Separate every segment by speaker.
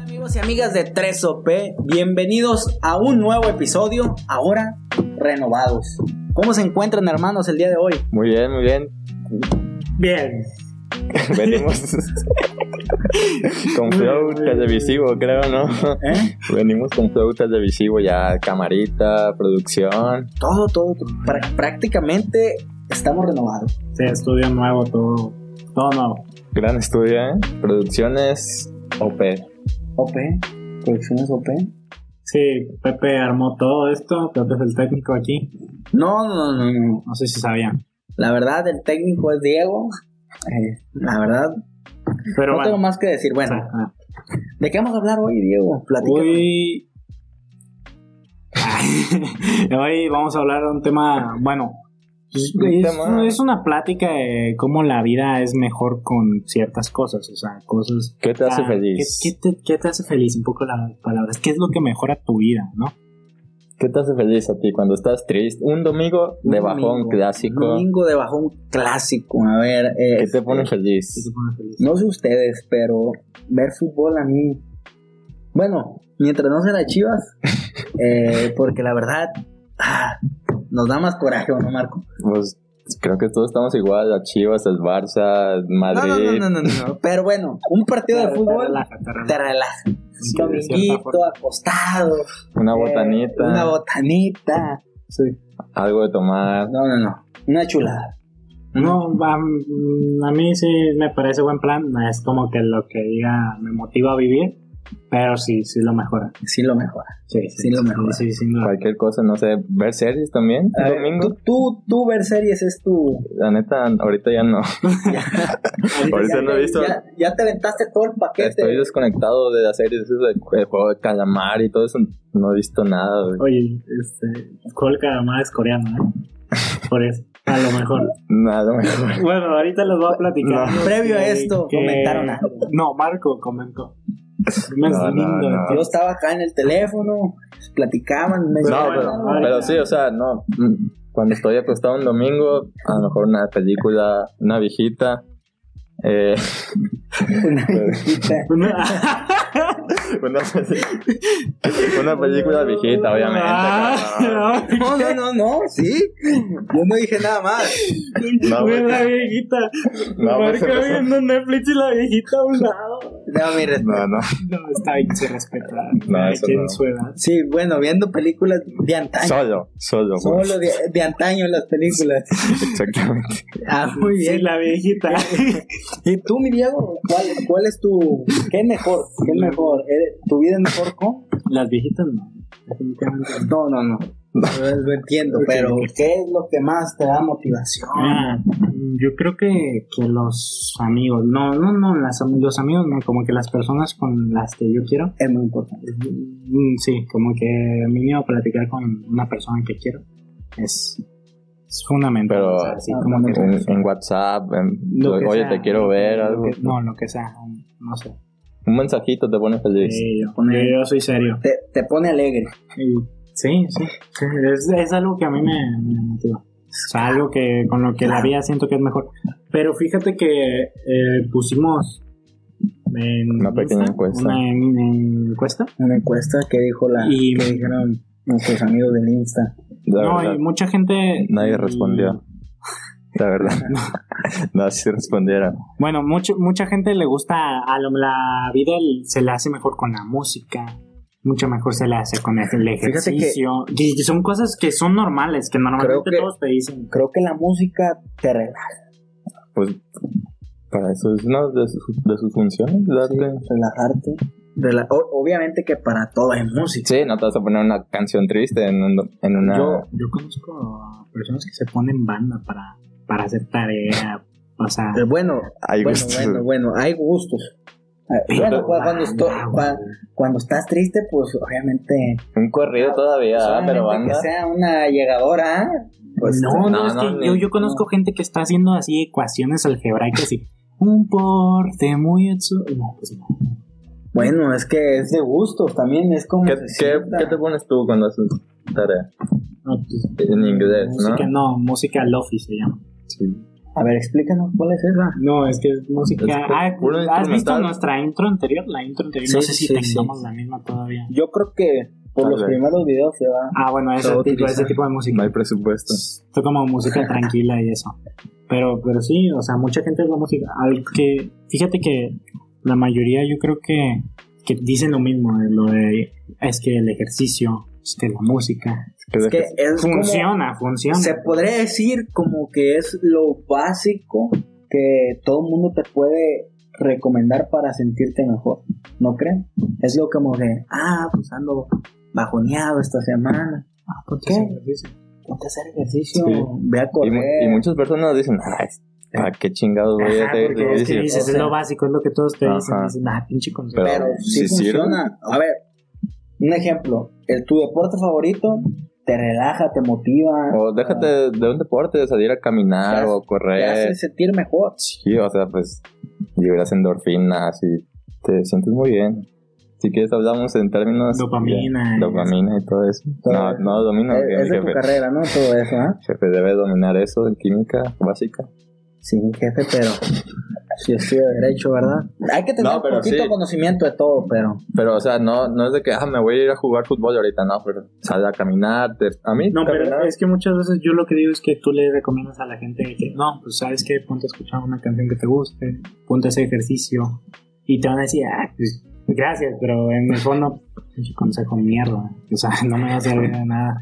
Speaker 1: Amigos y amigas de 3OP, bienvenidos a un nuevo episodio, ahora renovados. ¿Cómo se encuentran hermanos el día de hoy?
Speaker 2: Muy bien, muy bien.
Speaker 1: Bien.
Speaker 2: Venimos con flow televisivo, creo, ¿no?
Speaker 1: ¿Eh?
Speaker 2: Venimos con flow televisivo ya, camarita, producción.
Speaker 1: Todo, todo, todo. Prá- prácticamente estamos renovados.
Speaker 3: Sí, estudio nuevo, todo, todo nuevo.
Speaker 2: Gran estudio, ¿eh? Producciones OP.
Speaker 1: OP, producciones OP.
Speaker 3: Sí, Pepe armó todo esto, Pepe es el técnico aquí,
Speaker 1: No, no, no, no.
Speaker 3: no sé si sabían.
Speaker 1: La verdad, el técnico es Diego. Eh, la verdad,
Speaker 3: Pero
Speaker 1: no
Speaker 3: bueno, Ah,
Speaker 1: tengo más que decir. Bueno,
Speaker 3: Ajá.
Speaker 1: ¿de qué vamos a hablar hoy, Diego? Platícanos.
Speaker 3: hoy... hoy vamos a hablar de un tema, bueno,
Speaker 1: Pues,
Speaker 3: es,
Speaker 2: Un
Speaker 3: es-
Speaker 2: tema-
Speaker 3: es una plática de cómo la vida es mejor con ciertas cosas, o sea, cosas...
Speaker 2: ¿Qué te hace
Speaker 3: Ah,
Speaker 2: feliz?
Speaker 3: ¿qué, qué te, qué te hace feliz? Un poco las palabras, ¿qué es lo que mejora tu vida, no?
Speaker 2: ¿Qué te hace feliz a ti cuando estás triste? Un domingo
Speaker 1: Un
Speaker 2: de bajón
Speaker 1: domingo.
Speaker 2: clásico.
Speaker 1: Domingo de bajón clásico. A ver, eh,
Speaker 2: ¿Qué te pone
Speaker 3: ¿Qué te
Speaker 2: feliz?
Speaker 3: pone feliz?
Speaker 1: No sé ustedes, pero ver fútbol a mí. Bueno, mientras no sean las chivas, eh, porque la verdad ah, nos da más coraje, ¿o ¿no, Marco?
Speaker 2: Pues creo que todos estamos igual, a Chivas, al
Speaker 1: No,
Speaker 2: Barça,
Speaker 1: no,
Speaker 2: Madrid.
Speaker 1: no, no, no, no. Pero bueno, un partido de
Speaker 3: Te
Speaker 1: fútbol
Speaker 3: relaja, te relaja.
Speaker 1: te relaja.
Speaker 3: Sí, de cierta
Speaker 1: Dominguito,
Speaker 3: forma.
Speaker 1: acostado.
Speaker 2: Una
Speaker 1: eh,
Speaker 2: botanita,
Speaker 1: una botanita.
Speaker 2: algo de tomar.
Speaker 1: No, no, no. Una chulada.
Speaker 3: No, a, a mí sí me parece buen plan. No Es como que lo que diga me motiva a vivir, pero sí, sí lo mejora.
Speaker 1: Sí, lo mejor.
Speaker 3: Sí,
Speaker 1: Sí lo mejora.
Speaker 3: Sí, sin duda.
Speaker 2: Cualquier cosa, no sé, ver series también.
Speaker 1: A ver,
Speaker 2: domingo.
Speaker 1: Ah, Tú, tú, tú ver series es tu.
Speaker 2: La neta, ahorita ya no. Ahorita
Speaker 1: ya,
Speaker 2: no he visto.
Speaker 1: Ya, ya te aventaste todo el paquete.
Speaker 2: Estoy desconectado de las series, eso del el juego de calamar y todo eso. No he visto nada, güey.
Speaker 3: Oye, este, Colca más es coreano, ¿eh? Por eso, a lo mejor.
Speaker 2: Nada mejor.
Speaker 3: Bueno, ahorita les voy a platicar.
Speaker 1: No. Previo a esto, comentaron algo.
Speaker 3: No, Marco comentó. Más
Speaker 2: No, no,
Speaker 3: lindo,
Speaker 2: no.
Speaker 3: entonces.
Speaker 1: Yo estaba acá en el teléfono, platicaban, me
Speaker 2: No,
Speaker 3: Pero
Speaker 2: pero,
Speaker 3: bueno, ahorita-
Speaker 2: pero sí, o sea, no. mm, Cuando estoy acostado un domingo, a lo mejor una película, una viejita. Eh,
Speaker 1: una viejita.
Speaker 2: una, una película viejita, obviamente. cabrón.
Speaker 3: Ah,
Speaker 1: No, no, no, no, sí. Yo no dije nada más.
Speaker 2: No, güey.
Speaker 3: Ve la viejita.
Speaker 2: No, pues, güey,
Speaker 3: Marco
Speaker 2: se pasó.
Speaker 3: viendo Netflix y la viejita a un lado.
Speaker 1: No, mi respeto.
Speaker 2: No, no.
Speaker 3: No, está bien, se respeta.
Speaker 2: No,
Speaker 3: Cada
Speaker 2: eso
Speaker 3: quien
Speaker 2: no.
Speaker 3: su edad.
Speaker 1: Sí, bueno, viendo películas de antaño.
Speaker 2: Solo, pues. solo. güey.
Speaker 1: Solo de, de antaño las películas.
Speaker 2: Exactamente.
Speaker 1: Ah, muy
Speaker 3: Sí,
Speaker 1: bien.
Speaker 3: la viejita.
Speaker 1: ¿Y tú, mi Diego? ¿Cuál, cuál es tu. ¿Qué es mejor? ¿Qué es mejor? ¿Eh, ¿Tu vida es mejor con?
Speaker 3: Las viejitas no. Definitivamente no.
Speaker 1: No, no, no. Lo, lo entiendo,
Speaker 3: Ok.
Speaker 1: pero ¿qué es lo que más te da motivación?
Speaker 3: Ah, yo creo que, que los amigos, no, no, no, las am- los amigos, no, como que las personas con las que yo quiero,
Speaker 1: Es muy importante.
Speaker 3: mm, sí, como que mínimo platicar con una persona que quiero es, es fundamental.
Speaker 2: Pero-
Speaker 3: o sea, sí, como que-
Speaker 2: En, en WhatsApp, en-
Speaker 3: lo que
Speaker 2: oye,
Speaker 3: sea,
Speaker 2: te quiero
Speaker 3: lo que-
Speaker 2: ver,
Speaker 3: lo
Speaker 2: algo.
Speaker 3: que- no, lo que sea, no sé.
Speaker 2: Un mensajito te pone feliz.
Speaker 3: Sí, yo, yo soy serio.
Speaker 1: Te, te pone alegre.
Speaker 3: Sí, sí. sí. Es, es algo que a mí me, me motiva. O sea, algo que con lo que la vida siento que es mejor. Pero fíjate que eh, pusimos en
Speaker 2: Una pequeña
Speaker 3: Insta,
Speaker 2: encuesta. Ah,
Speaker 3: Una en- en encuesta.
Speaker 1: Una encuesta que dijo la.
Speaker 3: Y-
Speaker 1: que dijeron nuestros amigos del Insta.
Speaker 2: La
Speaker 3: no,
Speaker 2: verdad,
Speaker 3: y mucha gente.
Speaker 2: nadie
Speaker 3: y-
Speaker 2: respondió. La verdad. no, si respondiera.
Speaker 3: Bueno, mucho, mucha gente le gusta a lo- la vida, el- se le hace mejor con la música. Mucho mejor se le hace con el
Speaker 1: Fíjate que-
Speaker 3: ejercicio. Y y son cosas que son normales, que normalmente
Speaker 1: que-
Speaker 3: todos te dicen.
Speaker 1: Creo que la música te relaja.
Speaker 2: Pues para eso es una de sus, de sus funciones. darte-
Speaker 1: Relajarte. Rela- o- obviamente que para todo es
Speaker 2: Sí.
Speaker 1: música.
Speaker 2: no te vas a poner una canción triste en, un- en una.
Speaker 3: Yo, yo conozco a personas que se ponen banda para, para hacer tarea, o sea...
Speaker 1: Eh, Bueno,
Speaker 2: Hay
Speaker 1: bueno,
Speaker 2: gustos.
Speaker 1: bueno, bueno, hay gustos. Ah, Bueno,
Speaker 2: Pero-
Speaker 1: pues, cuando, esto-
Speaker 3: Ah,
Speaker 1: cua- cuando estás triste, pues obviamente.
Speaker 2: Un corrido todavía,
Speaker 1: pues,
Speaker 2: ¿verdad? pero
Speaker 1: obviamente
Speaker 2: banda.
Speaker 1: que sea una llegadora. ¿ah? Pues
Speaker 3: no, no,
Speaker 2: no,
Speaker 3: es que
Speaker 2: no,
Speaker 3: yo,
Speaker 2: no.
Speaker 3: yo conozco gente que está haciendo así ecuaciones algebraicas y... Un porte muy... absurdo. No, pues no.
Speaker 1: Bueno, es que es de gustos también. Es como.
Speaker 2: ¿Qué,
Speaker 1: se
Speaker 2: qué,
Speaker 1: sienta.
Speaker 2: qué te pones tú cuando haces tarea?
Speaker 3: no, pues,
Speaker 2: En inglés, ¿no?
Speaker 3: música, no, música lofi se llama.
Speaker 2: Sí.
Speaker 1: A ver, explícanos cuál es esa.
Speaker 3: No, es que es música.
Speaker 2: Es pu-
Speaker 3: Ah,
Speaker 2: puro
Speaker 3: ¿Has visto
Speaker 2: instrumental.
Speaker 3: nuestra intro anterior? La intro anterior. no
Speaker 2: Sí,
Speaker 3: sé si
Speaker 2: sí,
Speaker 3: tengamos la misma todavía.
Speaker 1: Yo creo que por
Speaker 2: Tal
Speaker 1: los
Speaker 2: vez.
Speaker 1: primeros videos se va.
Speaker 3: Ah, bueno, ese,
Speaker 2: Todo
Speaker 3: tipo, ese
Speaker 2: utilizar.
Speaker 3: tipo de música.
Speaker 2: No hay presupuesto.
Speaker 3: Esto pues, como música tranquila y eso. Pero, pero sí, o sea, mucha gente es la música. Al que, fíjate que la mayoría yo creo que, que dicen lo mismo, de lo de es que el ejercicio, es que la música.
Speaker 1: Es que es como-
Speaker 3: Funciona, funciona.
Speaker 1: se podría decir como que es lo básico que todo el mundo te puede recomendar para sentirte mejor, ¿no creen? Es lo como de, ah, pues ando bajoneado esta semana,
Speaker 3: Ah, ¿por
Speaker 1: ¿Qué?
Speaker 3: ejercicio?
Speaker 1: ponte a hacer ejercicio,
Speaker 2: Sí.
Speaker 1: ve a
Speaker 2: Y, mu-
Speaker 1: correr.
Speaker 2: y muchas personas dicen, ay, ¿para qué chingados voy a
Speaker 3: Eh, Ajá,
Speaker 2: hacer
Speaker 3: porque es que
Speaker 2: ejercicio?
Speaker 3: dices,
Speaker 1: o sea.
Speaker 3: es lo básico, es lo que todos te dicen.
Speaker 2: Ajá.
Speaker 3: Dicen, ah, pinche consejo.
Speaker 2: Pero-
Speaker 1: pero sí,
Speaker 2: ¿sí sirve?
Speaker 1: funciona. A ver, un ejemplo, el, tu deporte favorito te relaja, te motiva,
Speaker 2: O déjate
Speaker 3: ah.
Speaker 2: de un deporte, de salir a
Speaker 1: Te
Speaker 2: caminar
Speaker 1: hace- te
Speaker 2: o
Speaker 1: hace
Speaker 2: correr.
Speaker 1: sentir mejor.
Speaker 2: Sí, o sea, pues liberas endorfinas y te sientes muy bien. Si quieres hablamos en términos...
Speaker 3: Dopamina.
Speaker 2: de dopamina y todo eso.
Speaker 1: Todo
Speaker 2: no,
Speaker 1: eso.
Speaker 2: no domino.
Speaker 1: Es- es,
Speaker 2: el
Speaker 1: de tu
Speaker 2: jefe.
Speaker 1: carrera, ¿no? Todo eso, ¿ah?
Speaker 2: jefe debe dominar eso en química básica.
Speaker 1: Sí, jefe, pero si estudio derecho, ¿verdad? Hay que tener
Speaker 2: No, pero
Speaker 1: poquito
Speaker 2: sí.
Speaker 1: conocimiento de todo, pero
Speaker 2: Pero, o sea, no, no es de que, ah, me voy a ir a jugar fútbol ahorita, no, pero sal a caminar. te- a mí,
Speaker 3: No, pero
Speaker 2: caminar-
Speaker 3: es que muchas veces yo lo que digo es que tú le recomiendas a la gente que no, pues sabes que ponte a escuchar una canción que te guste, ponte a hacer ejercicio y te van a decir, ah, pues gracias, pero en el fondo, pinche consejo mierda, o sea, no me va a servir de nada.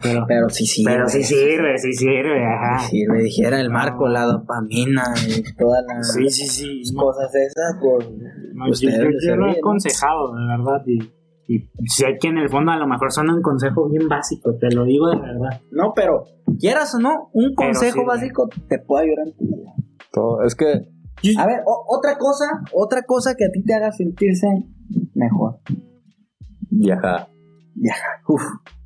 Speaker 3: Pero,
Speaker 1: pero sí sirve.
Speaker 3: pero sí sirve, sí sirve, ajá.
Speaker 1: Si le dijera el marco, la dopamina y todas las
Speaker 3: Sí, sí, sí. no,
Speaker 1: cosas esas, pues
Speaker 3: no,
Speaker 1: pues
Speaker 3: yo,
Speaker 1: te
Speaker 3: yo-
Speaker 1: debe de
Speaker 3: yo lo he
Speaker 1: servir, ¿no?
Speaker 3: aconsejado, de verdad, y, y si hay que en el fondo a lo mejor son un consejo bien básico, te lo digo de verdad.
Speaker 1: No, pero quieras o no, un
Speaker 3: Pero
Speaker 1: consejo
Speaker 3: sirve.
Speaker 1: básico te puede ayudar en tu vida.
Speaker 2: todo- es que
Speaker 1: A ver, o- otra cosa, otra cosa que a ti te haga sentirse mejor.
Speaker 2: viajar.
Speaker 1: Uf,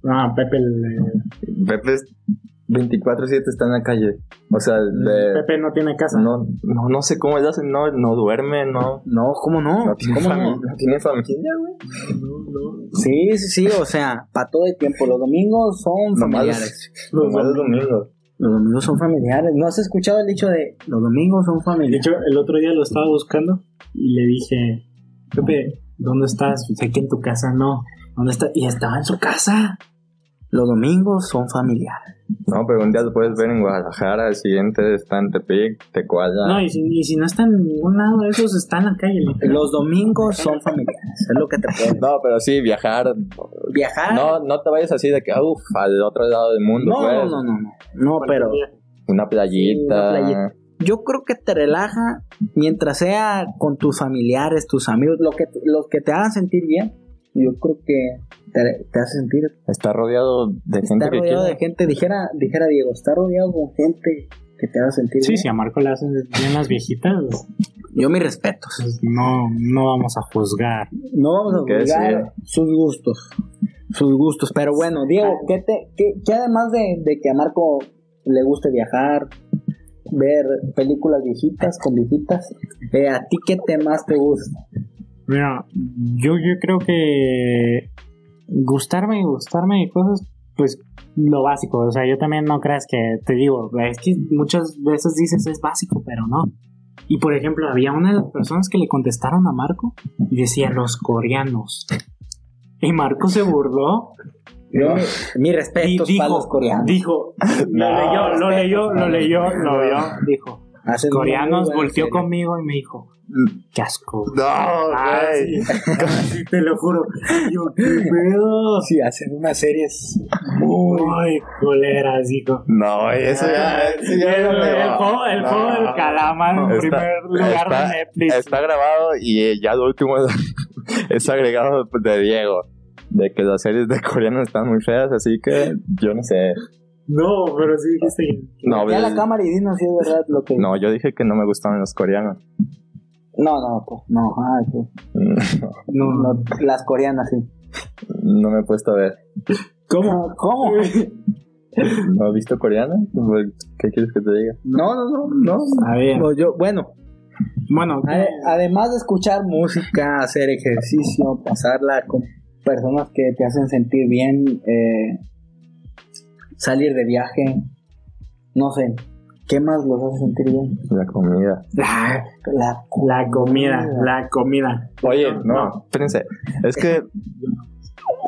Speaker 3: Ah, Pepe, el-
Speaker 2: Pepe es 24-7 está en la calle. O sea,
Speaker 1: Mm,
Speaker 2: de-
Speaker 3: Pepe no tiene casa.
Speaker 2: no, no, no sé cómo le hacen, no, no duerme, no,
Speaker 1: no, ¿cómo no?
Speaker 2: no tiene
Speaker 1: ¿Cómo
Speaker 2: familia,
Speaker 1: no?
Speaker 2: no tiene familia, güey.
Speaker 1: Sí, sí, sí, o sea, para todo el tiempo. Los domingos son
Speaker 2: Nomás
Speaker 1: familiares.
Speaker 2: los-
Speaker 1: Pues,
Speaker 2: nomás los domingos.
Speaker 1: Los domingos son familiares. ¿No has escuchado el dicho de los domingos son
Speaker 3: De
Speaker 1: familiares?
Speaker 3: hecho, el otro día lo estaba buscando y le dije, Pepe, ¿dónde estás? Pues aquí en tu casa, no. ¿Dónde está? Y estaba en su casa.
Speaker 1: Los domingos son familiares.
Speaker 2: No, pero un día lo puedes ver en Guadalajara, el siguiente está en Tepic, Tecuala.
Speaker 3: No, y si, y si no está en ningún lado de esos, está en la calle. literal.
Speaker 1: Los domingos son familiares. Es lo que te puedo
Speaker 2: Eh, No, pero sí, viajar.
Speaker 1: Viajar.
Speaker 2: No, no te vayas así de que, uff, al otro lado del mundo,
Speaker 1: Ah. no,
Speaker 2: pues.
Speaker 1: no, no, no, no. No, pero
Speaker 2: Una playita.
Speaker 1: Sí, una playita. yo creo que te relaja mientras sea con tus familiares, tus amigos, lo que, los que te hagan sentir bien. Yo creo que te, te hace sentir.
Speaker 2: Está rodeado de gente
Speaker 1: Estar
Speaker 2: que
Speaker 1: rodeado
Speaker 2: quiere.
Speaker 1: de gente. Dijera, dijera Diego, estar rodeado con gente que te haga sentir
Speaker 3: Sí,
Speaker 1: bien.
Speaker 3: si a Marco le hacen bien las viejitas,
Speaker 1: Yo mis respetos.
Speaker 3: pues no, no vamos a juzgar.
Speaker 1: No vamos a
Speaker 2: ¿Qué
Speaker 1: juzgar sus gustos. Sus gustos. Pero bueno, Diego, ¿qué, te, qué, qué además de, de que a Marco le guste viajar, ver películas viejitas con viejitas, eh, ¿a ti qué te más te gusta?
Speaker 3: Mira, yo, yo creo que gustarme y gustarme de cosas, pues lo básico. O sea, yo también no creas que te digo, es que muchas veces dices es básico, pero no. Y por ejemplo, había una de las personas que le contestaron a Marco y decía los coreanos. Y Marco se burló
Speaker 1: Yo,
Speaker 2: No.
Speaker 1: mi, mi
Speaker 3: y
Speaker 1: respeto para los
Speaker 3: dijo,
Speaker 1: coreanos.
Speaker 3: dijo, lo leyó, lo leyó, lo leyó, lo vio, dijo.
Speaker 1: Hacen una muy
Speaker 3: Coreanos
Speaker 1: buena
Speaker 3: volteó
Speaker 1: serie.
Speaker 3: conmigo y me dijo, qué asco.
Speaker 2: No,
Speaker 3: Ah,
Speaker 2: güey.
Speaker 3: sí, sí, te lo juro. Yo, qué pedo.
Speaker 1: Sí, hacen unas series.
Speaker 3: Uy, coleras, hijo.
Speaker 2: No, güey, eso ya. eso
Speaker 3: El,
Speaker 2: ya
Speaker 3: Ah, el,
Speaker 2: no me va.
Speaker 3: juego, el
Speaker 2: No.
Speaker 3: juego del calamar en
Speaker 2: Está-
Speaker 3: primer lugar
Speaker 2: está-
Speaker 3: de Netflix.
Speaker 2: Está grabado y eh, ya lo último es, es agregado de Diego. De que las series de coreano están muy feas, así que yo no sé.
Speaker 3: No, pero sí dijiste.
Speaker 2: No,
Speaker 1: Voltea a la
Speaker 2: ves-
Speaker 1: cámara y dinos si es verdad lo que.
Speaker 2: no, yo dije que no me gustaban los coreanos.
Speaker 1: no, no, pues, no, ah, sí.
Speaker 3: No,
Speaker 1: No, las coreanas, sí.
Speaker 2: No me he puesto a ver.
Speaker 1: ¿Cómo? ¿Cómo?
Speaker 2: ¿No has visto coreano? Pues, ¿Qué quieres que te diga?
Speaker 1: No, no, no, no.
Speaker 3: A ver.
Speaker 1: Pues yo, bueno,
Speaker 3: Bueno,
Speaker 1: ade- además de escuchar música, hacer ejercicio, pasarla con personas que te hacen sentir bien, eh, salir de viaje, no sé, ¿Qué más los hace sentir bien?
Speaker 2: La comida.
Speaker 3: La,
Speaker 1: La,
Speaker 3: la comida, la comida.
Speaker 2: Oye, no, espérense. Es que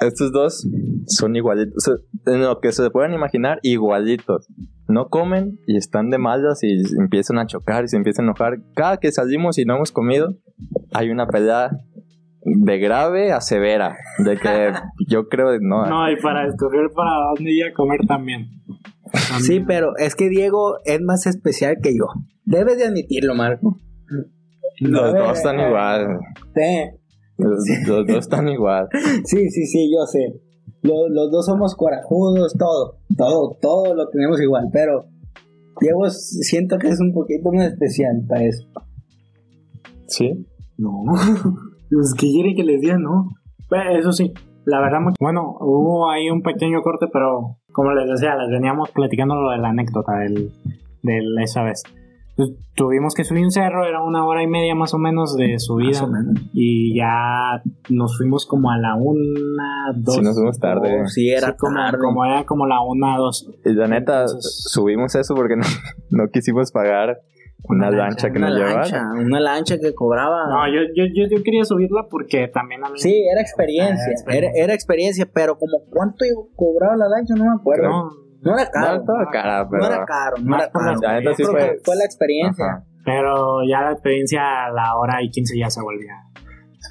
Speaker 2: estos dos son igualitos. O sea, en lo que se pueden imaginar, igualitos. No comen y están de malas y empiezan a chocar y se empiezan a enojar. Cada que salimos y no hemos comido, hay una pelea de grave a severa. De que yo creo, no,
Speaker 3: No, y para escoger para dónde ir a comer también. También.
Speaker 1: Sí, pero es que Diego es más especial que yo. Debes de admitirlo, Marco.
Speaker 2: los dos
Speaker 1: eh,
Speaker 2: están igual.
Speaker 1: Sí,
Speaker 2: Los, los dos están igual.
Speaker 1: sí, sí, sí, yo sé. Lo- los dos somos corajudos, todo, todo, todo lo tenemos igual, pero Diego es- siento que es un poquito más especial para eso.
Speaker 2: Sí.
Speaker 3: No, los que quieren que les digan, no. Pero eso sí, la verdad, mucho- bueno, hubo ahí un pequeño corte, pero como les decía, les veníamos platicando lo de la anécdota del, del esa vez. Pues, Tuvimos que subir un cerro, era una hora y media más o menos de subida. Y ya nos fuimos como a la una, dos.
Speaker 2: Sí, nos fuimos tarde.
Speaker 1: Oh, sí, era
Speaker 3: Sí, como,
Speaker 1: tarde.
Speaker 3: como era como la una, dos.
Speaker 2: Y la neta,
Speaker 3: Entonces-
Speaker 2: subimos eso porque no, no quisimos pagar una,
Speaker 3: Una
Speaker 2: lancha, que
Speaker 1: una
Speaker 2: nos
Speaker 1: lancha,
Speaker 2: llevara.
Speaker 1: una lancha que cobraba.
Speaker 3: No, yo, yo, yo, yo quería subirla porque también a mí.
Speaker 1: Ah. sí, era experiencia,
Speaker 3: Era
Speaker 1: era,
Speaker 3: experiencia.
Speaker 1: era experiencia, pero como cuánto cobraba la lancha, no me acuerdo. No,
Speaker 3: No,
Speaker 1: era
Speaker 2: No,
Speaker 1: caro.
Speaker 2: estaba cara,
Speaker 1: No
Speaker 2: pero.
Speaker 1: era caro, no
Speaker 3: Más
Speaker 1: era
Speaker 3: por la
Speaker 1: caro.
Speaker 2: La neta sí
Speaker 1: Yo creo que
Speaker 2: fue.
Speaker 1: fue la experiencia.
Speaker 2: Ajá,
Speaker 3: pero ya la experiencia a la hora y 15 ya se volvía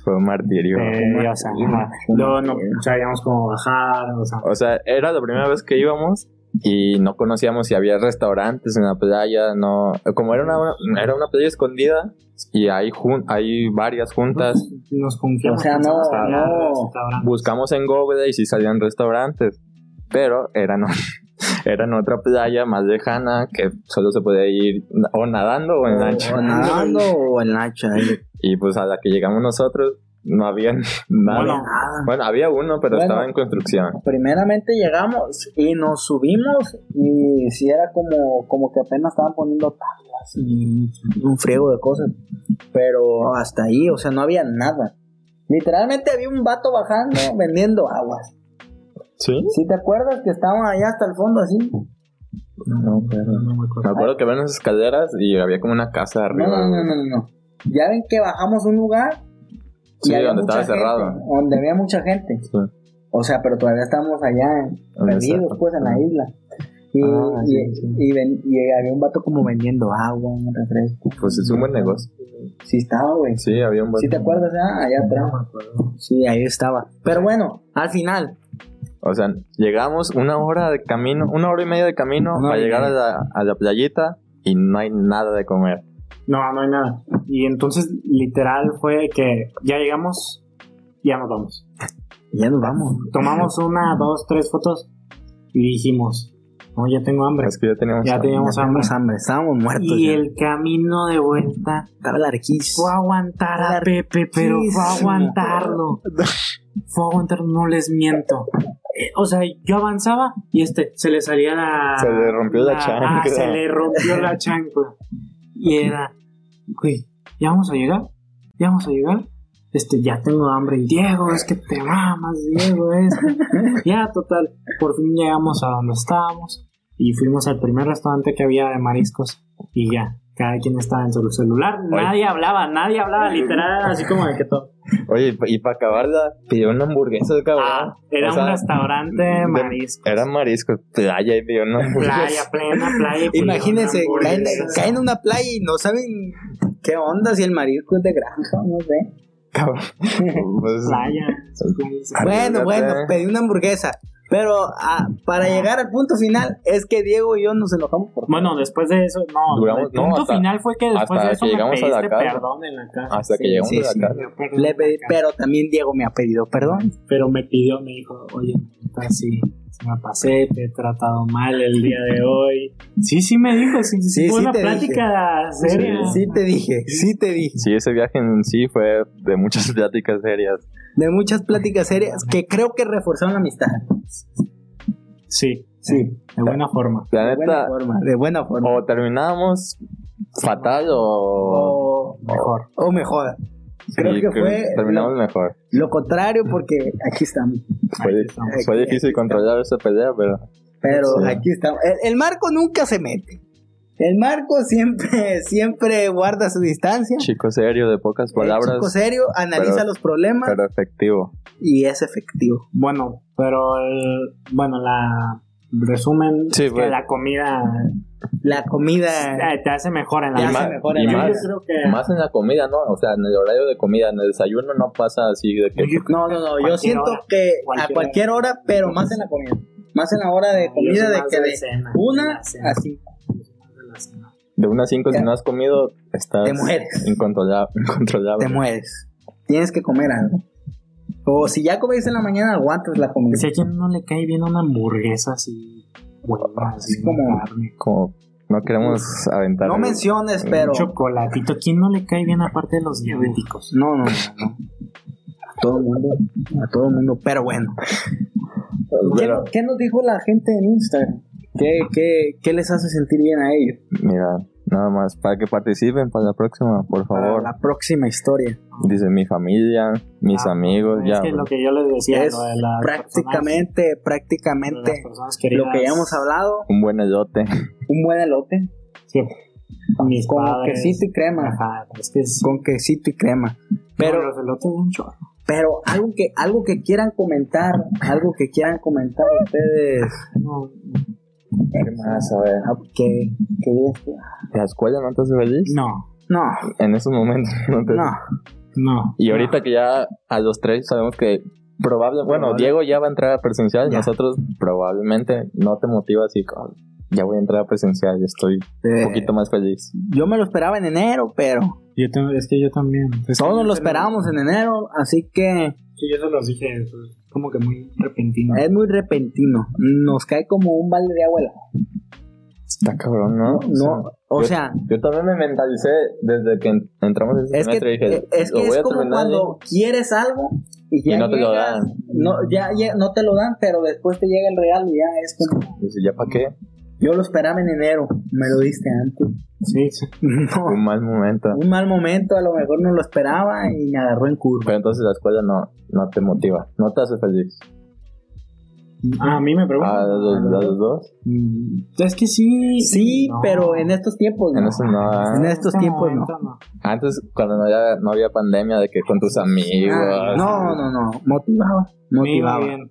Speaker 2: fue un martirio.
Speaker 3: tediosa. Eh, ajá. Luego no sabíamos cómo bajar, o sea,
Speaker 2: O sea, era la primera vez que íbamos y no conocíamos si había restaurantes en la playa, no. Como era una, era una playa escondida y hay, jun- hay varias juntas.
Speaker 3: nos confiamos.
Speaker 1: O sea, no, no.
Speaker 2: Buscamos en Google y si salían restaurantes, pero eran, eran otra playa más lejana que solo se podía ir o nadando o en lancha.
Speaker 1: O nadando o en lancha. ahí.
Speaker 2: Y pues a la que llegamos nosotros no había nada.
Speaker 3: Bueno.
Speaker 2: Bueno,
Speaker 1: Nada.
Speaker 2: había uno, pero
Speaker 1: Bueno.
Speaker 2: estaba en construcción.
Speaker 1: Primeramente llegamos y nos subimos y si era como, como que apenas estaban poniendo tablas y un friego de cosas. Pero hasta ahí, o sea, no había nada. Literalmente había un vato bajando vendiendo aguas.
Speaker 2: ¿Sí?
Speaker 1: Si te acuerdas que estaban allá hasta el fondo así.
Speaker 2: No, pero...
Speaker 3: No me
Speaker 2: Me
Speaker 3: acuerdo.
Speaker 2: acuerdo que había unas escaleras y había como una casa
Speaker 1: No,
Speaker 2: arriba.
Speaker 1: no, no, no, no, no. Ya ven que bajamos un lugar. y
Speaker 2: Sí,
Speaker 1: había
Speaker 2: donde
Speaker 1: mucha
Speaker 2: estaba cerrado.
Speaker 1: gente, Donde había mucha gente.
Speaker 2: Sí.
Speaker 1: O sea, pero todavía estamos allá en-
Speaker 2: Donde
Speaker 1: perdidos,
Speaker 2: está.
Speaker 1: pues, en la isla. Y,
Speaker 2: Ah,
Speaker 1: y-
Speaker 2: sí, sí.
Speaker 1: y ven- y había un vato como vendiendo agua, un refresco.
Speaker 2: Pues es un buen negocio.
Speaker 1: Sí estaba, güey. Sí,
Speaker 2: Sí, había un buen
Speaker 1: te acuerdas, ah, allá atrás. Sí, ahí estaba. Pero bueno, al final.
Speaker 2: O sea, llegamos una hora de camino, una hora y media de camino
Speaker 1: Una hora
Speaker 2: para
Speaker 1: y
Speaker 2: llegar a la, a la playita y no hay nada de comer.
Speaker 3: No, no hay nada. Y entonces, literal, fue que ya llegamos, ya nos vamos.
Speaker 1: Ya nos vamos.
Speaker 3: Tomamos una, dos, tres fotos y dijimos, no, ya tengo hambre.
Speaker 2: Es que ya teníamos.
Speaker 3: Ya teníamos
Speaker 1: Ya
Speaker 3: hambre.
Speaker 1: teníamos hambre, estábamos muertos.
Speaker 3: Y
Speaker 1: ya.
Speaker 3: el camino de vuelta
Speaker 1: Estaba larguísimo.
Speaker 3: Fue a aguantar a
Speaker 1: Claro.
Speaker 3: Pepe, pero fue a
Speaker 1: Sí, sí.
Speaker 3: aguantarlo. Fue a aguantarlo, no les miento. Eh, O sea, yo avanzaba y este se le salía la.
Speaker 2: Se le rompió la
Speaker 3: Ah,
Speaker 2: chancla.
Speaker 3: se le rompió la chancla. Y era, güey, ya vamos a llegar, ya vamos a llegar. Este, ya tengo hambre. Y, Diego, es que te mamas, Diego, es. ya, total. Por fin llegamos a donde estábamos y fuimos al primer restaurante que había de mariscos y ya. Cada quien estaba en su celular,
Speaker 2: Oye.
Speaker 3: nadie hablaba, nadie hablaba, literal, era así como de que todo.
Speaker 2: Oye, y para acabarla, pidió una hamburguesa de cabrón.
Speaker 3: Ah, era
Speaker 2: O sea,
Speaker 3: un restaurante de
Speaker 2: de-
Speaker 3: mariscos.
Speaker 2: Era marisco, playa y pidió una hamburguesa.
Speaker 3: Playa, plena playa. y
Speaker 1: Imagínense,
Speaker 3: una
Speaker 1: caen,
Speaker 3: hamburguesa.
Speaker 1: caen en una playa y no saben qué onda si el marisco es de granja, no sé.
Speaker 2: Cabrón. Pues,
Speaker 3: Playa, playas.
Speaker 2: Ah,
Speaker 1: Bueno,
Speaker 2: Arriesgate.
Speaker 1: bueno, pedí una hamburguesa. Pero ah, para llegar al punto final es que Diego y yo nos enojamos por
Speaker 3: Bueno, después de eso, no.
Speaker 2: Duramos-
Speaker 3: el
Speaker 2: no,
Speaker 3: punto
Speaker 2: hasta-
Speaker 3: final fue que después
Speaker 2: hasta
Speaker 3: de eso
Speaker 2: que
Speaker 3: me
Speaker 2: llegamos a la
Speaker 3: pediste
Speaker 2: casa. Ah,
Speaker 3: perdón en la casa.
Speaker 2: Hasta que
Speaker 1: Sí,
Speaker 2: llegamos
Speaker 1: sí,
Speaker 2: a la
Speaker 1: sí.
Speaker 2: casa.
Speaker 3: Yo perdí
Speaker 1: Le pedí,
Speaker 3: la casa,
Speaker 1: pero también Diego me ha pedido perdón.
Speaker 3: pero me pidió, me dijo, oye, neta, sí, sí me pasé, te he tratado mal el día de hoy. Sí, sí me dijo, sí, sí,
Speaker 1: Sí,
Speaker 3: fue
Speaker 1: sí
Speaker 3: una
Speaker 1: te
Speaker 3: plática seria.
Speaker 1: Sí te dije, sí te dije.
Speaker 2: Sí, ese viaje en sí fue de muchas pláticas serias.
Speaker 1: De muchas pláticas serias que creo que reforzaron la amistad.
Speaker 3: Sí,
Speaker 1: Sí,
Speaker 3: de buena forma.
Speaker 2: La
Speaker 1: de buena
Speaker 2: neta, Oh.
Speaker 1: forma. De buena forma.
Speaker 2: o terminábamos fatal
Speaker 1: O,
Speaker 2: o.
Speaker 3: Mejor.
Speaker 1: o mejor. creo
Speaker 2: sí,
Speaker 1: que fue
Speaker 2: Terminamos mejor.
Speaker 1: Lo contrario porque aquí estamos.
Speaker 2: Fue,
Speaker 3: Ahí
Speaker 2: di-
Speaker 3: estamos.
Speaker 2: fue difícil controlar esa pelea, pero.
Speaker 1: Pero
Speaker 2: Sí.
Speaker 1: aquí estamos. El, el Marco nunca se mete. El Marco siempre, siempre guarda su distancia.
Speaker 2: Chico serio, de pocas
Speaker 1: El Eh, chico
Speaker 2: palabras,
Speaker 1: serio, analiza
Speaker 2: pero-
Speaker 1: los problemas
Speaker 2: pero efectivo.
Speaker 1: y es efectivo.
Speaker 3: Bueno, pero el- bueno, la resumen
Speaker 2: Sí,
Speaker 3: es que
Speaker 2: bueno.
Speaker 3: la comida
Speaker 1: La comida.
Speaker 3: eh, te hace mejor en la
Speaker 1: Y
Speaker 3: vida.
Speaker 1: más- mejora
Speaker 2: y
Speaker 1: la
Speaker 3: Yo
Speaker 2: más,
Speaker 3: creo que
Speaker 2: más en la comida, ¿no? O sea, en el horario de comida, en el desayuno no pasa así de que...
Speaker 1: No, no, no. Yo
Speaker 3: Cualquier
Speaker 1: siento
Speaker 3: hora.
Speaker 1: que a
Speaker 3: Cualquier
Speaker 1: cualquier hora, pero más en la comida. Más en la hora de
Speaker 3: Yo
Speaker 1: comida
Speaker 3: soy
Speaker 1: de
Speaker 3: más
Speaker 1: que
Speaker 3: la
Speaker 1: de
Speaker 3: cena, de
Speaker 1: una
Speaker 3: la cena,
Speaker 1: a cinco.
Speaker 3: de la cena.
Speaker 2: De unas cinco, si no has comido, estás
Speaker 1: Te mueres.
Speaker 2: incontrolab- incontrolable.
Speaker 1: Te mueres. Tienes que comer algo. O si ya comiste en la mañana, aguantas la comida.
Speaker 3: Si a quien no le cae bien una hamburguesa así, hueva, así
Speaker 1: Es como-
Speaker 3: carne,
Speaker 2: Como no queremos aventar.
Speaker 1: No menciones,
Speaker 2: Eh,
Speaker 1: pero.
Speaker 3: un chocolatito, ¿quién no le cae bien aparte de los diabéticos?
Speaker 1: No, no, no. no. A todo el mundo. A todo el mundo. Pero bueno. ¿Qué,
Speaker 2: Pero,
Speaker 1: qué nos dijo la gente en Instagram? ¿Qué, qué, qué les hace sentir bien a ellos?
Speaker 2: mira, nada más, para que participen para la próxima, por favor.
Speaker 1: Para la próxima historia.
Speaker 2: Dice mi familia, mis
Speaker 3: Ah,
Speaker 2: amigos,
Speaker 3: es
Speaker 2: ya.
Speaker 3: que lo que yo les decía,
Speaker 1: es
Speaker 3: lo de las
Speaker 1: prácticamente,
Speaker 3: personas- lo de las
Speaker 1: prácticamente
Speaker 3: personas
Speaker 1: lo
Speaker 3: queridas,
Speaker 1: que ya hemos hablado.
Speaker 2: Un buen elote.
Speaker 1: Un buen elote.
Speaker 3: sí, mis
Speaker 1: Con
Speaker 3: padres,
Speaker 1: quesito y crema.
Speaker 3: Ajá, es que es-
Speaker 1: Con quesito y crema.
Speaker 3: pero
Speaker 1: Pero,
Speaker 3: los elotes son un chorro.
Speaker 1: pero algo que, algo que quieran comentar, algo que quieran comentar ustedes,
Speaker 3: No,
Speaker 1: ah, que, que digas tú,
Speaker 2: ¿La escuela no te hace feliz?
Speaker 3: no,
Speaker 1: no,
Speaker 2: En esos momentos no
Speaker 3: Pues,
Speaker 2: te
Speaker 1: no,
Speaker 3: no.
Speaker 2: Y ahorita que ya a los tres sabemos que probablemente, bueno,
Speaker 3: Probable.
Speaker 2: Diego ya va a entrar a presencial,
Speaker 1: Ya.
Speaker 2: nosotros probablemente no te motiva así, como, ya voy a entrar a presencial, ya estoy
Speaker 1: Eh,
Speaker 2: un poquito más feliz.
Speaker 1: yo me lo esperaba en enero, pero
Speaker 3: Yo tam- es que yo también. Es que
Speaker 1: todos
Speaker 3: yo
Speaker 1: lo
Speaker 3: se
Speaker 1: esperábamos en enero, así que
Speaker 3: Sí, yo se los dije, es como que muy repentino.
Speaker 1: es muy repentino. Nos cae como un balde de abuela.
Speaker 2: Está cabrón, ¿no? O sea,
Speaker 1: No, o
Speaker 2: yo-
Speaker 1: sea,
Speaker 2: Yo también me mentalicé desde que en- entramos en ese
Speaker 1: es que eh,
Speaker 2: semestre y dije,
Speaker 1: es,
Speaker 2: lo
Speaker 1: que
Speaker 2: voy
Speaker 1: es
Speaker 2: a
Speaker 1: como
Speaker 2: terminar.
Speaker 1: cuando quieres algo y ya
Speaker 2: Y no te lo
Speaker 1: llegas,
Speaker 2: dan.
Speaker 1: No, ya, ya no te lo dan, pero después te llega el regalo y ya es como.
Speaker 2: Y Dice, ¿ya para qué?
Speaker 1: Yo lo esperaba en enero, me lo diste antes.
Speaker 3: Sí, sí.
Speaker 2: Un
Speaker 1: No,
Speaker 2: mal momento.
Speaker 1: un mal momento, a lo mejor no lo esperaba y me agarró en curva.
Speaker 2: Pero entonces la escuela no, no te motiva, no te hace feliz.
Speaker 3: Ah, a mí me preguntan.
Speaker 2: A los, a los dos,
Speaker 3: Mm, Es que sí.
Speaker 1: Sí,
Speaker 3: no.
Speaker 1: pero en estos tiempos.
Speaker 2: en
Speaker 1: no.
Speaker 2: eso no. ¿ah?
Speaker 1: En estos
Speaker 3: este
Speaker 1: tiempos no.
Speaker 3: momento no.
Speaker 2: Antes, cuando no había, no había pandemia, de que con tus amigos.
Speaker 1: Ah, no, no, no, motivaba,
Speaker 3: Me iba
Speaker 1: motivaba,
Speaker 3: bien.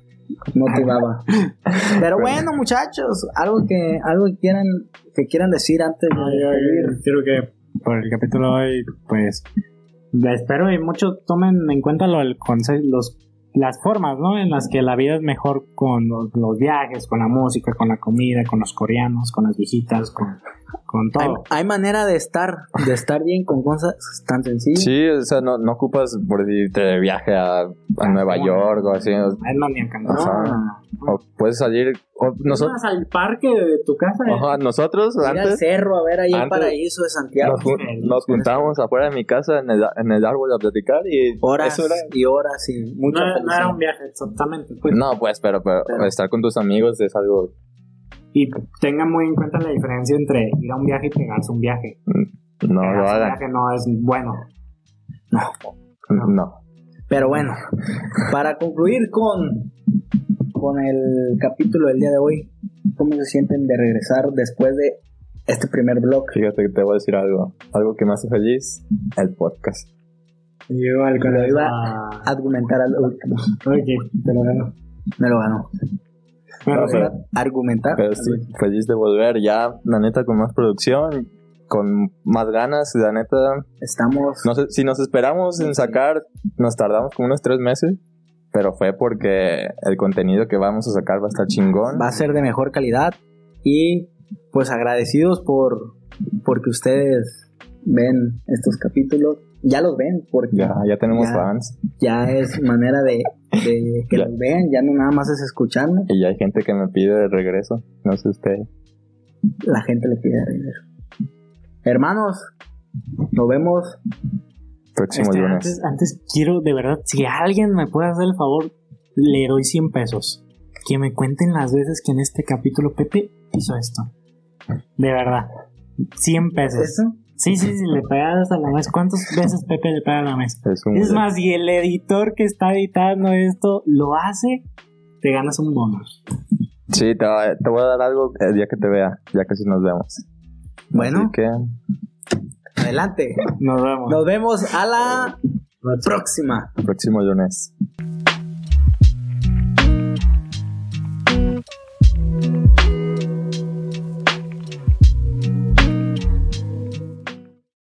Speaker 1: motivaba. Pero bueno, muchachos, algo que algo que quieran que quieran decir antes de
Speaker 3: No, yo-
Speaker 1: despedir.
Speaker 3: yo Quiero que por el capítulo de hoy, pues. la Espero y muchos tomen en cuenta lo, el conse- los, las formas, ¿no? En las que la vida es mejor con los, los viajes, con la música, con la comida, con los coreanos, con las viejitas, con, con
Speaker 1: Hay,
Speaker 3: todo.
Speaker 1: hay manera de estar de estar bien con cosas tan sencillas.
Speaker 2: Sí, o sea, no, no ocupas por decirte de viaje a,
Speaker 1: Ah,
Speaker 2: a Nueva
Speaker 3: bueno.
Speaker 2: York o así. O,
Speaker 3: Es más, ni a Cancún.
Speaker 1: No,
Speaker 2: Ajá. o puedes salir. o nosotros,
Speaker 3: Vas al parque de tu casa. eh.
Speaker 2: ajá, nosotros
Speaker 1: ir al
Speaker 2: antes
Speaker 1: cerro a ver ahí el
Speaker 2: antes-
Speaker 1: paraíso de Santiago.
Speaker 2: nos, jun- nos juntábamos afuera de mi casa en el, en el árbol a platicar y.
Speaker 1: Horas
Speaker 2: eso era-
Speaker 1: y horas y
Speaker 3: No,
Speaker 1: mucha
Speaker 3: era- no era
Speaker 1: felicidad.
Speaker 3: un viaje exactamente. pues.
Speaker 2: No, pues, pero, pero
Speaker 1: Pero-
Speaker 2: estar con tus amigos es algo.
Speaker 3: Y tengan muy en cuenta la diferencia entre ir a un viaje y pegarse un viaje.
Speaker 2: No
Speaker 1: Ah,
Speaker 2: lo
Speaker 3: Pegarse un
Speaker 2: hagan.
Speaker 3: viaje no es bueno.
Speaker 2: No.
Speaker 1: Pero bueno, para concluir con, con el capítulo del día de hoy, ¿cómo se sienten de regresar después de este primer blog?
Speaker 2: Fíjate que te voy a decir algo. Algo que me hace feliz: el podcast.
Speaker 3: Yo al
Speaker 1: Lo iba a
Speaker 3: Ah,
Speaker 1: argumentar al último.
Speaker 3: ok, te lo gano.
Speaker 1: Me lo ganó.
Speaker 3: Pero
Speaker 2: No,
Speaker 3: sí,
Speaker 2: pero-
Speaker 1: Argumentar.
Speaker 2: Pero estoy feliz de volver ya, la neta, con más producción, con más ganas, la neta.
Speaker 1: Estamos.
Speaker 2: No sé, si nos esperamos en sacar, nos tardamos como unos tres meses, pero fue porque el contenido que vamos a sacar va a estar chingón.
Speaker 1: Va a ser de mejor calidad. Y pues agradecidos por porque ustedes ven estos capítulos. Ya los ven, porque
Speaker 2: Ya, ya tenemos
Speaker 1: Ya.
Speaker 2: fans
Speaker 1: ya es manera de, de que
Speaker 2: Ya.
Speaker 1: los vean. Ya no nada más es escucharnos.
Speaker 2: y ya hay gente que me pide el regreso. No sé usted.
Speaker 1: la gente le pide dinero. Hermanos, nos vemos.
Speaker 2: Próximo
Speaker 3: este,
Speaker 2: lunes.
Speaker 3: antes, antes quiero, de verdad, si alguien me puede hacer el favor, le doy 100 pesos. Que me cuenten las veces que en este capítulo Pepe hizo esto. De verdad. 100 pesos.
Speaker 1: ¿Eso?
Speaker 3: Sí, sí, sí, le pegas a la mesa. ¿Cuántas veces Pepe le pega a la mesa?
Speaker 2: Es un
Speaker 3: ah, Es más, y el editor que está editando esto lo hace, te ganas un bonus.
Speaker 2: Sí, te, va- te voy a dar algo el día que te vea, ya casi nos vemos. Así
Speaker 1: Bueno,
Speaker 2: que,
Speaker 1: adelante.
Speaker 3: Nos vemos.
Speaker 1: Nos vemos a la próxima.
Speaker 2: próximo lunes.